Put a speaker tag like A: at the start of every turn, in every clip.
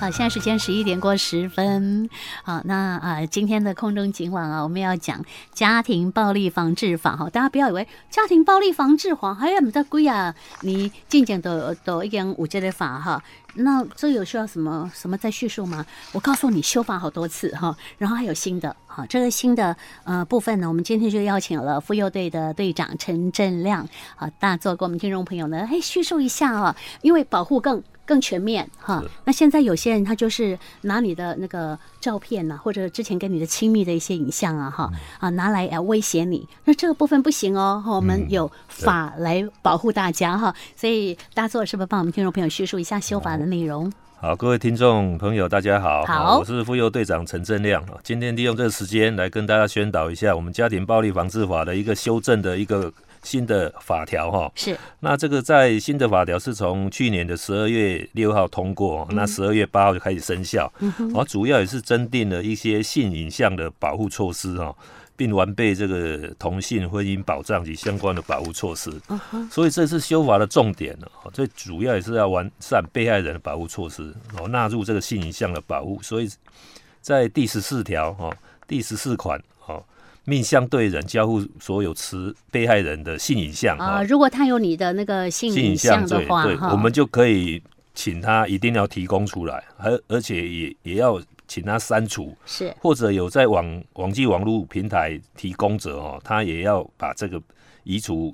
A: 好，现在时间十一点过十分。好，那呃，今天的空中今晚啊，我们要讲家庭暴力防治法哈。大家不要以为家庭暴力防治法还要唔得贵啊，你进前都都已经有这个法哈。那这有需要什么什么再叙述吗？我告诉你，修法好多次哈，然后还有新的哈。这个新的呃部分呢，我们今天就邀请了妇幼队的队长陈振亮，好，大作给我们听众朋友呢，哎，叙述一下啊，因为保护更更全面哈。那现在有些人他就是拿你的那个照片呐、或者之前跟你的亲密的一些影像啊
B: 嗯
A: 哈啊拿来啊威胁你，那这个部分不行哦，哈我们有法来保护大家哈。所以大作是不是帮我们听众朋友叙述一下修
B: 哦
A: 法的内容？
B: 好，各位听众朋友，大家好，
A: 好
B: 我是妇幼队长陈正亮。今天利用这个时间来跟大家宣导一下我们家庭暴力防治法的一个修正的一个新的法条哈。
A: 是
B: 那这个在新的法条是从去年的十二月六号通过，那十二月八号就开始生效。然后主要也是增订了一些性影像的保护措施哈，并完备这个同性婚姻保障及相关的保护措施。所以这是修法的重点了。哦最主要也是要完善被害人的保护措施，哦，纳入这个性影像的保护。所以在第十四条哦，第十四款哦。命相对人交互所有持被害人的性影像哦
A: 啊，如果他有你的那个性
B: 性
A: 影
B: 影像
A: 像
B: 罪
A: 的，话
B: 对，
A: 哈，
B: 我们就可以请他一定要提供出来，而而且也也要请他删除，
A: 是
B: 或者有在网网际网络平台提供者哦，他也要把这个移除，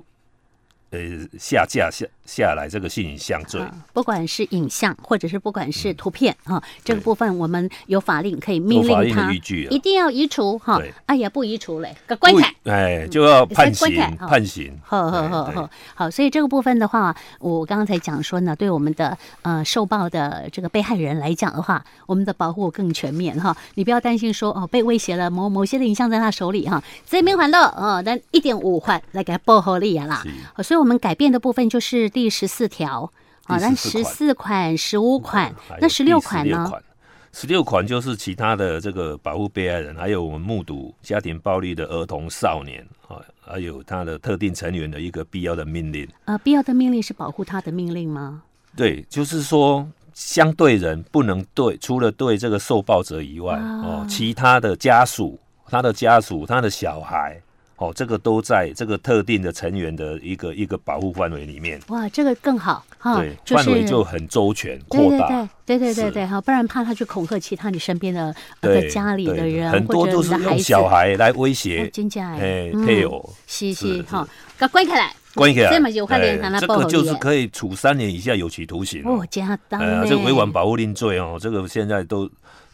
B: 呃，下架下下来这个性影像罪。
A: 啊，不管是影像或者是不管是图片啊，这个
B: 对
A: 部分我们有法令可以命
B: 嗯有法
A: 令
B: 令的
A: 他
B: 依据啊
A: 一定要移除哈
B: 对。
A: 哎呀，不移除嘞，个棺材。
B: 不哎，就要判
A: 所以
B: 刑
A: 棺材，哦
B: 判刑。
A: 呵呵呵
B: 对对
A: 呵，好，所以这个部分的话，我刚才讲说呢，对我们的呃受暴的这个被害人来讲的话，我们的保护更全面哈。你不要担心说哦被威胁了，某某些的影像在他手里哈，这边还到哦，但一点五还来给他报合力啦。
B: 是
A: 好所以我们改变的部分就是第十四条。好，那十
B: 第
A: 四款、十五款
B: 还，啊有
A: 那十六款
B: 第16
A: 呢？
B: 款？十六款就是其他的这个保护被害人，还有我们目睹家庭暴力的儿童、少年啊，还有他的特定成员的一个必要的命令。
A: 呃，必要的命令是保护他的命令吗？
B: 对，就是说相对人不能对除了对这个受暴者以外，
A: 啊
B: 哦，其他的家属、他的家属、他的小孩，哦，这个都在这个特定的成员的一个一个保护范围里面。
A: 哇，这个更好哈
B: 对，，
A: 哦就是
B: 范围就很周全、
A: 对
B: 扩
A: 对
B: 大。
A: 对对对对
B: 是
A: 对哈，不然怕他去恐吓其他你身边的呃的家里的
B: 对
A: 人，
B: 很多
A: 或者
B: 都
A: 你
B: 是
A: 的孩
B: 用
A: 子
B: 小孩来威
A: 哦
B: 胁，
A: 真假
B: 哎
A: 哎，，
B: 配
A: 嗯，
B: 偶
A: 是
B: 是
A: 是
B: 是
A: 哈，给关起来，
B: 关起来，
A: 这么有快点
B: 哎
A: 让他
B: 这
A: 报
B: 个
A: 复
B: 就是
A: 你
B: 可以处三年以下有期徒刑
A: 哦，这样当
B: 呃，
A: 呢
B: 这个违反保护令罪哦，这个现在都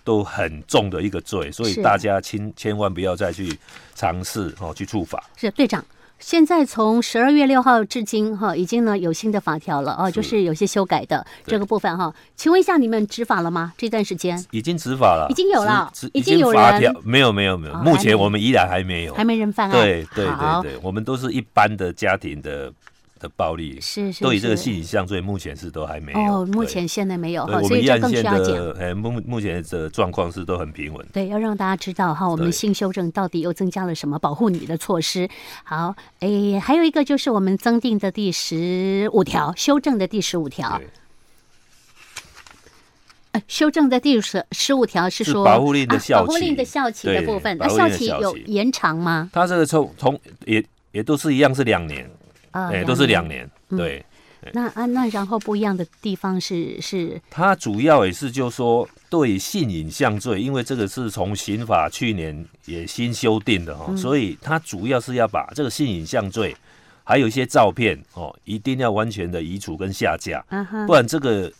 B: 都很重的一个罪，所以
A: 是
B: 大家千千万不要再去尝试哦去触法。
A: 是队长。现在从十二月六号至今哈，已经呢有新的法条了哦，就是有些修改的这个部分哈。请问一下，你们执法了吗？这段时间
B: 已经执法了，
A: 已经有了
B: 执执
A: 已
B: 已
A: 经有
B: 发
A: 人
B: 条，没有没有没有，
A: 哦
B: 目
A: 还没
B: 前我们依然还没有，
A: 还没人犯案，
B: 对对对
A: 好，
B: 对，我们都是一般的家庭的的暴力，
A: 是是
B: 对于这个
A: 是
B: 性影像罪，目前是都还没有。
A: 哦，目
B: 对
A: 前现在没有
B: 对
A: 哈，
B: 呃我
A: 所
B: 们
A: 以
B: 宜
A: 这
B: 兰
A: 更需
B: 县
A: 要讲。
B: 的哎目目前的状况是都很平稳。
A: 对，要让大家知道哈，我们
B: 对
A: 性修正到底又增加了什么保护你的措施。好，诶，还有一个就是我们增订的第十五条，修正的第十五条
B: 对，
A: 呃，修正的第十十五条是
B: 是
A: 说
B: 保护令的
A: 啊
B: 效
A: 保护令
B: 期
A: 的效期的
B: 对
A: 部分，那
B: 保护令
A: 效
B: 的
A: 期
B: 效
A: 有
B: 期
A: 延长吗？
B: 他这个从从也也都是一样是两年，
A: 啊，
B: 哎，都是两
A: 年。嗯
B: 年。对，
A: 那啊，那然后不一样的地方是是
B: 他主要也是就说对性影像罪，因为这个是从刑法去年也新修订的
A: 嗯
B: 哦，所以他主要是要把这个性影像罪。还有一些照片哦，一定要完全的移除跟下架，
A: 啊哈
B: 不然这个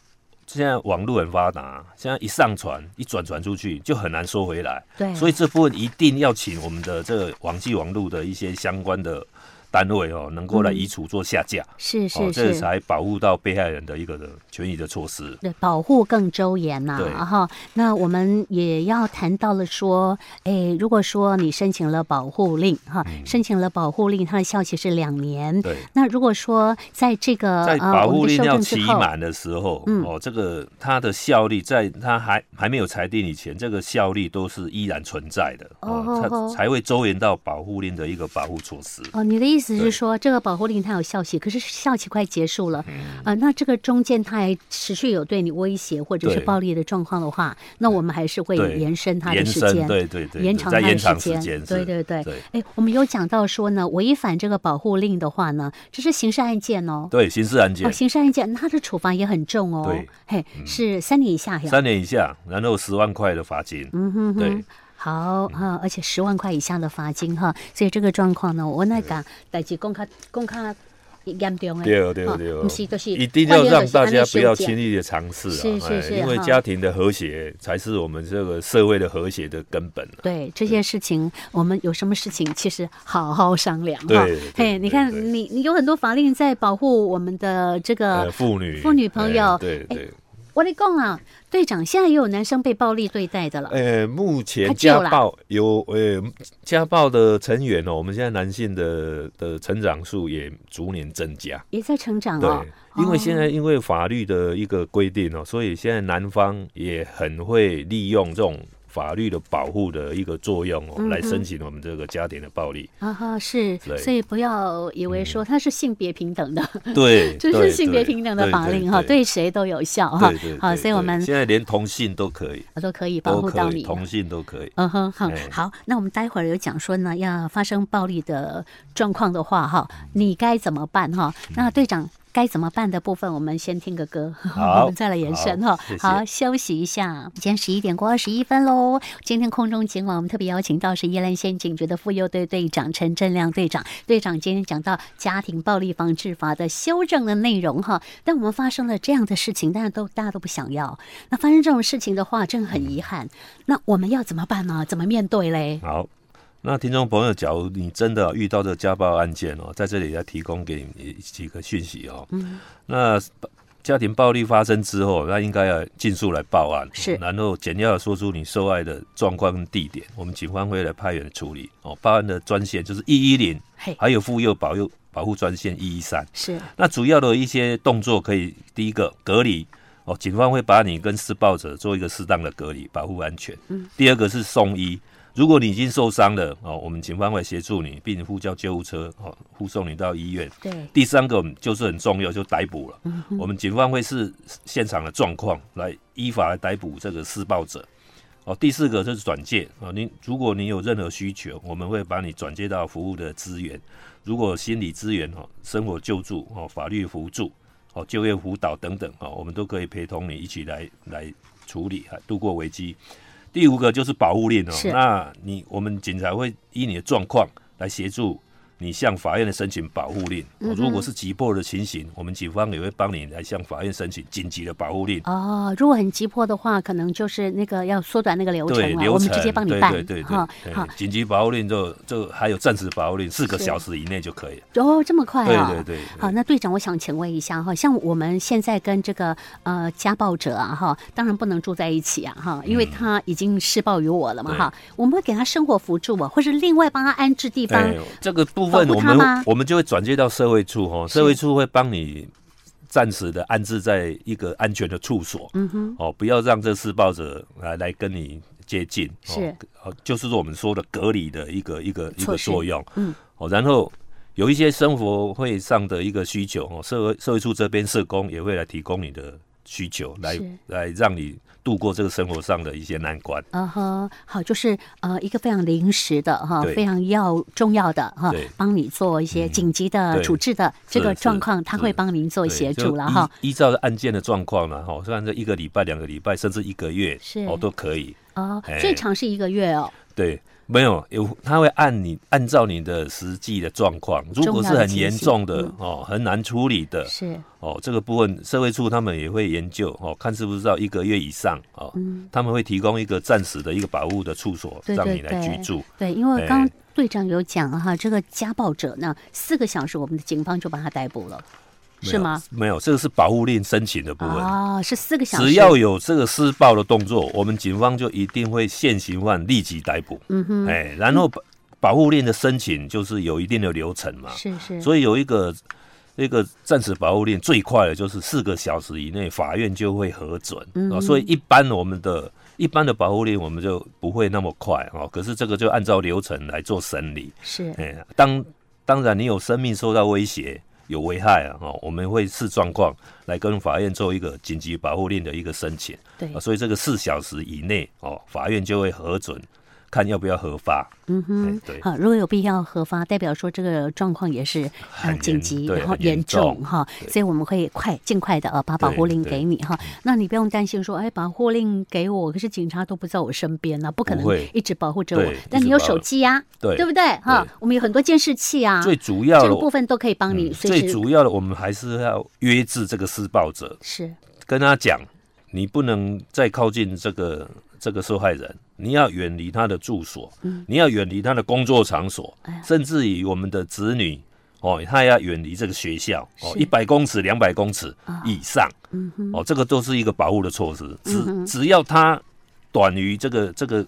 B: 现在网络很发达，现在一上传一转传出去就很难收回来。
A: 对，
B: 所以这部分一定要请我们的这个网际网络的一些相关的单位哦，能够来移除做下架，
A: 是
B: 哦，
A: 嗯是
B: 这
A: 是。
B: 才保护到被害人的一个的权益的措施。
A: 对，保护更周延呐、
B: 对
A: 哈。那我们也要谈到了说，诶，如果说你申请了保护令哈，申请了保护令，它的效期是两年。
B: 嗯对，
A: 那如果说在这个
B: 在
A: 呃
B: 保
A: 我
B: 护
A: 们的受
B: 令要
A: 证之
B: 期
A: 后，
B: 满的时候，
A: 嗯
B: 哦，这个它的效力在它还还没有裁定以前，这个效力都是依然存在的，
A: 哦吼吼
B: 它才会周延到保护令的一个保护措施。
A: 哦，你的意思是说，这个保护令它有效期，可是效期快结束了，
B: 嗯
A: 呃，那这个中间它还持续有对你威胁或者是
B: 对
A: 暴力的状况的话，那我们还是会
B: 对
A: 延伸它的
B: 延
A: 时
B: 伸
A: 间，
B: 对对对，
A: 延
B: 对
A: 长它
B: 再延
A: 的
B: 长
A: 时
B: 时
A: 间
B: 间，，
A: 对对对。
B: 对
A: 哎，我们有讲到说呢，违反这个保护令的话呢，这是刑事案件哦。
B: 对，刑事案件
A: 哦，刑事案件它的处罚也很重哦。
B: 对，嗯
A: 嘿，是三年以下呀。
B: 三年以下，然后十万块的罚金，
A: 嗯哼哼
B: 对。嗯
A: 好哈，而且十万块以下的罚金哈，所以这个状况呢，我那个代志讲较讲较严重诶，
B: 对对
A: 哈
B: 对，哦
A: 不是就是
B: 一定要让大家不要轻
A: 轻易。
B: 易的尝试
A: 是
B: 啊，
A: 是
B: 哎
A: 是
B: 因为
A: 哈
B: 家庭的和谐才是我们这个社会的和谐的根本啊。
A: 对这些事情，我们有什么事情，其实好好商量
B: 对
A: 哈
B: 对。
A: 嘿，
B: 对
A: 你看，
B: 对
A: 你你有很多法令在保护我们的这
B: 呃，
A: 个。
B: 妇女
A: 妇女朋友
B: 哎对
A: 哎
B: 对，
A: 我跟你讲啊，队长，现在也有男生被暴力对待的了。
B: 呃，目前
A: 他救
B: 家
A: 啦
B: 暴有呃家暴的成员哦，我们现在男性的的成长数也逐年增加。
A: 也在成长
B: 对
A: 哦。，
B: 因为现
A: 哦
B: 在因为法律的一个规定哦，所以现在男方也很会利用这种法律的保护的一个作用哦，
A: 嗯
B: 来
A: 哼
B: 申请我们这个家庭的 暴力。
A: 啊哈是，
B: 对嗯
A: 所以不要以为说它是性别平等的，
B: 对，
A: 这是
B: 对
A: 性别
B: 对
A: 平等的
B: 对
A: 法
B: 对
A: 令哈，
B: 对
A: 对谁都有效哈
B: 对对。
A: 好，
B: 对
A: 所以我
B: 对
A: 们
B: 现在连同性都可以，
A: 都可以保
B: 都
A: 护到
B: 可
A: 你
B: 以，。同性都可以。
A: 嗯哼，好
B: 哎，
A: 好，那我们待会儿有讲说呢，要发生暴力的状况的话哈，
B: 嗯
A: 你该怎么办哈？那队长该怎么办的部分，我们先听个歌， 我
B: 好
A: 们再来延伸哈
B: 好谢。谢
A: 好，休息一下，今天十一点过二十一分喽。今天空中警网，我们特别邀请到是宜兰县警局的妇幼队队长陈振亮队长。队长今天讲到家庭暴力防治法的修正的内容哈，但我们发生了这样的事情，大家都大家都不想要。那发生这种事情的话，真的很遗憾。那我们要怎么办呢？怎么面对嘞？
B: 好，那听众朋友，假如你真的遇到这个家暴案件哦，在这里要提供给你几个讯息哦。嗯，那家庭暴力发生之后，那应该要尽速来报案，哦
A: 是
B: 然后简要的说出你受害的状况跟地点，我们警方会来派员处理哦。报案的专线就是一一零，
A: 嘿，
B: 还有妇幼保佑保护专线一一三。
A: 是
B: 那主要的一些动作可以，第一个隔离哦，警方会把你跟施暴者做一个适当的隔离，保护安全。嗯。第二个是送医，如果你已经受伤了哦，我们警方会协助你，并呼叫救护车哦，护送你到医院。
A: 对，嗯
B: 第三个就是很重要，就逮捕了。我们警方会视现场的状况来依法来逮捕这个施暴者。哦，第四个就是转介哦，您如果你有任何需求，我们会把你转介到服务的资源，如果有心理资源哦、生活救助哦、法律辅助哦、就业辅导等等哦，我们都可以陪同你一起来来处理啊，度过危机。第五个就是保护令哦
A: 是，
B: 那你我们警察会依你的状况来协助你向法院的申请保护令。哦
A: 嗯
B: 如果是急迫的情形，我们警方也会帮你来向法院申请紧急的保护令。
A: 哦，如果很急迫的话，可能就是那个要缩短那个流程
B: 对
A: 了，
B: 流程，
A: 啊我们直接帮你
B: 对
A: 办
B: 对对对
A: 哈。好
B: 对，紧急保护令就就还有暂时保护令，四个
A: 是
B: 小时以内就可以了。
A: 哦，这么快
B: 对
A: 啊、
B: 对对，
A: 好，那队长，我想请问一下哈，像我们现在跟这个呃家暴者啊哈，当然不能住在一起啊哈，因为他已经施暴于我了嘛
B: 嗯对
A: 哈，我们会给他生活辅助啊，或是另外帮他安置地方。
B: 哎，这个部分
A: 保护
B: 我
A: 他吗
B: 们我们就会转接到社会处哦，社会处会帮你暂时的安置在一个安全的处所，嗯哼，哦，不要让这施暴者来来跟你接近，哦
A: 是
B: 哦，就是说我们说的隔离的一个一个一
A: 措
B: 个
A: 施
B: 作用，
A: 嗯，
B: 哦，然后。有一些生活会上的一个需求哦，社会社会处这边社工也会来提供你的需求，来
A: 是
B: 来让你度过这个生活上的一些难关。
A: 嗯哼，好，就是呃，一个非常临时的哈，
B: 对
A: 非常要重要的哈
B: 对，嗯
A: 帮你做一些紧急的
B: 对
A: 处置的这个
B: 是
A: 状况，他
B: 是
A: 会帮您做
B: 对
A: 协
B: 就
A: 助了
B: 依
A: 哈。。
B: 依照案件的状况呢，哈，虽然这一个礼拜、两个礼拜，甚至一个月，
A: 是
B: 哦都可以。
A: 哦，
B: 哎
A: 最长是一个月哦，
B: 对，没有有，他会按你按照你的实际的状况，如果是很严重的
A: 重要的情嗯
B: 哦，很难处理的
A: 是
B: 哦，这个部分社会处他们也会研究哦，看是不是到一个月以上哦，他们会提供一个暂时的一个保护的处
A: 嗯
B: 所，
A: 对
B: 让
A: 对
B: 你来居住。
A: 对，因为刚
B: 哎
A: 刚队长有讲了哈，这个家暴者呢，四个小时我们的警方就把他逮捕了，
B: 没有
A: 是吗？？
B: 没有，这个是保护令申请的部分。
A: 哦，是四个小时，
B: 只要有这个施暴的动作，我们警方就一定会现行犯立即逮捕。
A: 嗯哼，
B: 哎，然后保保护令的申请就是有一定的流程嘛，
A: 是是，
B: 所以有一个一个暂时保护令最快的就是四个小时以内，法院就会核准。
A: 嗯
B: 啊所以一般我们的一般的保护令我们啊就不会那么快哦，可是这个就按照流程来做审理。
A: 是
B: 哎，当当然，你有生命受到威胁、有危害啊，哦，我们会视状况来跟法院做一个紧急保护令的一个申请。
A: 对
B: 啊，所以这个四小时以内哦，法院就会核准，看要不要核发。
A: 嗯哼
B: 哎，对
A: 好，如果有必要核发，代表说这个状况也是啊
B: 很
A: 紧
B: 严
A: 急，
B: 对
A: 然后
B: 很
A: 严
B: 严
A: 重
B: 重
A: 哈，
B: 对
A: 所以我们会快尽快的啊把保护
B: 对
A: 令
B: 对
A: 给你哈。那你不用担心说，哎，保护令给我，可是警察都不在我身边啊呢、不可
B: 不
A: 能
B: 会
A: 一直保护着我
B: 对。
A: 但
B: 一直
A: 你有
B: 保
A: 手
B: 护
A: 机呀、
B: 对
A: 对不对哈
B: 对？
A: 我们有很多监视器啊，
B: 最主要
A: 这
B: 的
A: 个部分都可以帮你
B: 嗯
A: 随
B: 最
A: 时
B: 主要的，我们还是要约制这个施暴者，
A: 是
B: 跟他讲，你不能再靠近这个这个受害人，你要远离他的住所，
A: 嗯
B: 你要远离他的工作场所，
A: 哎
B: 甚至于我们的子女哦，他也要远离这个学校
A: 是
B: 哦，
A: 啊嗯
B: 一百公尺、两百公尺以上，哦，这个都是一个保护的措施，只只要他短于这个这个。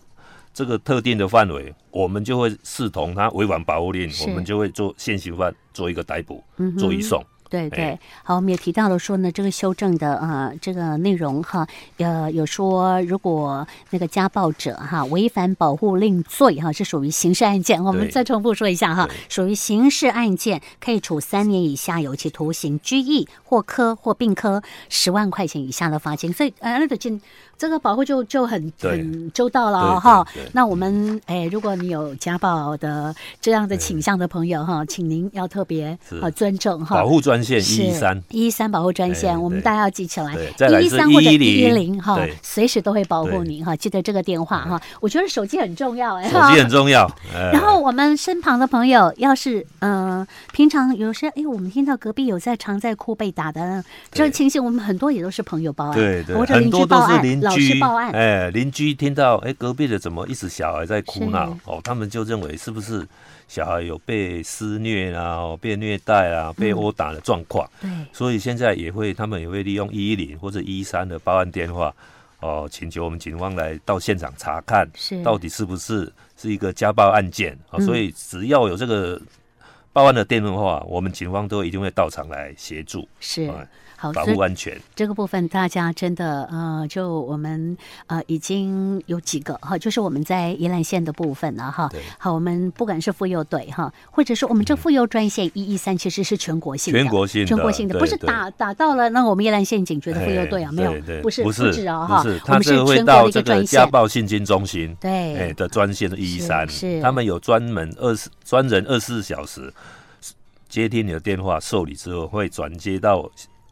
B: 这个特定的范围，我们就会视同他违反保护令，
A: 是嗯
B: 我们就会做现行犯做一个逮捕，做移送。
A: 对对
B: 哎，
A: 好，我们也提到了说呢，这个修正的啊、呃这个内容哈，呃，有说如果那个家暴者哈违反保护令罪哈，是属于刑事案件。我们
B: 对
A: 再重复说一下哈
B: 对，
A: 属于刑事案件，可以处三年以下有期徒刑、拘役或科或并科十万块钱以下的罚金。所以呃，那个进这个保护就就很
B: 对
A: 很周到了哦
B: 对对
A: 哈
B: 对。
A: 那我们哎，如果你有家暴的这样的倾向的朋友哈，请您要特别
B: 哎是
A: 呃尊重哈。
B: 保护专线
A: 是
B: 一一三，
A: 一一三保护专线，
B: 哎
A: 我们
B: 对
A: 大家要记起来
B: 对再，来
A: 一
B: 是
A: 三或者一
B: 110
A: 零哈
B: 对，
A: 随时都会保护
B: 对
A: 你哈，记得这个电话哈。我觉得手机很重要哎
B: 手
A: 哈
B: 机很重 要。呃
A: 然后我们身旁的朋友，要是呃，平常有些哎，我们听到隔壁有在常在哭被打的这种
B: 对
A: 情形，我们很多也都是朋友报案，
B: 对对，
A: 哎或者邻
B: 很
A: 居
B: 多
A: 报
B: 都是
A: 案、
B: 邻
A: 老师
B: 居
A: 报案，
B: 哎，邻居听到哎隔壁的怎么一直小孩在哭闹
A: 是
B: 哦，他们就认为是不是小孩有被施虐啦、哦被虐待啊、被
A: 嗯
B: 殴打的状况，
A: 对，
B: 所以现在也会他们也会利用一一零或者一三的报案电话哦，请求我们警方来到现场查看，
A: 是嗯
B: 到底是不是是一个家暴案件啊、哦所以只要有这个报案的电话，我们警方都一定会到场来协助。
A: 是
B: 哎
A: 好，
B: 保
A: 所以
B: 护安全，
A: 这个部分大家真的呃，就我们呃已经有几个哈，就是我们在宜兰县的部分了哈
B: 对。嗯
A: 好，我们不管是妇幼队哈，或者是我们这妇幼专线一一三，其实是全国性的，
B: 全国性的
A: 全国性的，
B: 对
A: 不是
B: 对
A: 打打到了那我们宜兰县警局的妇幼队啊，
B: 哎
A: 没有
B: 对，对
A: 不是
B: 不是
A: 止哦
B: 不
A: 哈
B: 是，，
A: 我
B: 他
A: 们是
B: 这会
A: 全国的
B: 到
A: 一个
B: 这个
A: 专
B: 家
A: 线，
B: 暴信金中心，哎
A: 对，
B: 的专线一一三
A: 是，
B: 他们有专门二十专人二十四小时接听你的电话受理之后，会转接到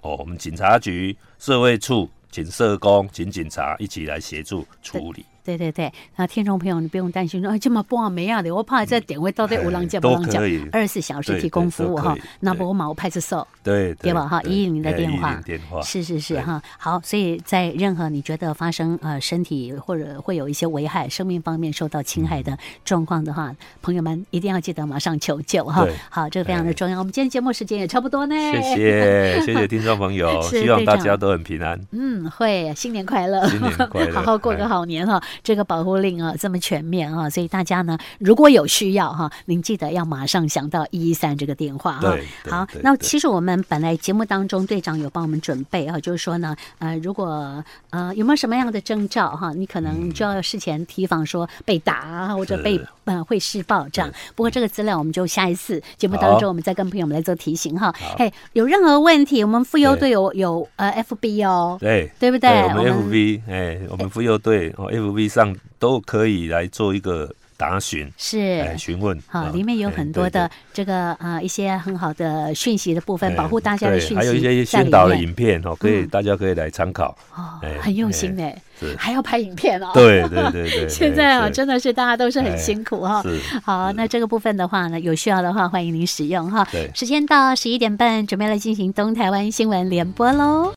B: 哦我们警察局、社会处。请社工、请警察一起来协助处理，
A: 对对对。那听众朋友，你不用担心说，哎，这么半没啊的，我怕这点位到底有人接
B: 嗯哎
A: 不
B: 都
A: 人接
B: 可。以，
A: 二十四小时
B: 对
A: 提供
B: 对
A: 服
B: 都
A: 务
B: 可
A: 哈
B: 以，
A: 那
B: 对
A: 不毛派出所。
B: 对
A: 对吧哈110的
B: 哎
A: 电话
B: 110电话
A: 是是是
B: 对
A: 哈，好，所以在任何你觉得发生呃身体或者会有一些危害、生命方面受到侵害
B: 嗯
A: 的状况的话，朋友们一定要记得马上求救哈
B: 对。
A: 好，这个非常的
B: 哎
A: 重要。我们今天节目时间也差不多呢，
B: 谢。谢谢谢听众朋友，
A: 是
B: 希望
A: 队
B: 大
A: 长
B: 家都很平安。
A: 嗯，会新年快乐，
B: 新年快 乐
A: 好好过个
B: 哎
A: 好年哈、这个保护令啊，这么全面啊，所以大家呢，如果有需要哈、您记得要马上想到一一三这个电话哈、
B: 对对
A: 好
B: 对，
A: 那
B: 对
A: 其实我们本来节目当中队长有帮我们准备啊，就是说呢，呃，如果呃有没有什么样的征兆哈、你可能就要事前提防说被打啊，或者
B: 嗯是
A: 被呃会施暴这样。不过这个资料我们就下一次节目当
B: 好
A: 中我们再跟朋友们来做提醒哈。嘿，有任何问题，我们妇幼
B: 对
A: 队有有呃 FB 哦。
B: 对
A: 对不对
B: 对？我
A: 我
B: 们
A: 们
B: FB 哎、我们妇幼队哦，FB 上都可以来做一个答询，哎、
A: 是。
B: 询问。
A: 好，
B: 啊
A: 里面有
B: 哎
A: 很多
B: 对
A: 的
B: 对
A: 这个呃一些很好的讯息的部分，
B: 哎
A: 保护大家的
B: 对
A: 讯息，
B: 还有一些
A: 在
B: 宣
A: 里
B: 导的
A: 面
B: 影片哦，可以、
A: 嗯
B: 大家可以来参考。
A: 哦
B: 哎，
A: 很用心哎，
B: 是，
A: 还要拍影片哦。，
B: 对对对 对。
A: 现在啊，
B: 哎
A: 真的是大家都是很
B: 哎
A: 辛苦哈。
B: 是是
A: 好，那这个部分的话呢，有需要的话，欢迎您使用哈。
B: 对
A: 时间到十一点半，准备来进行东台湾新闻联播喽。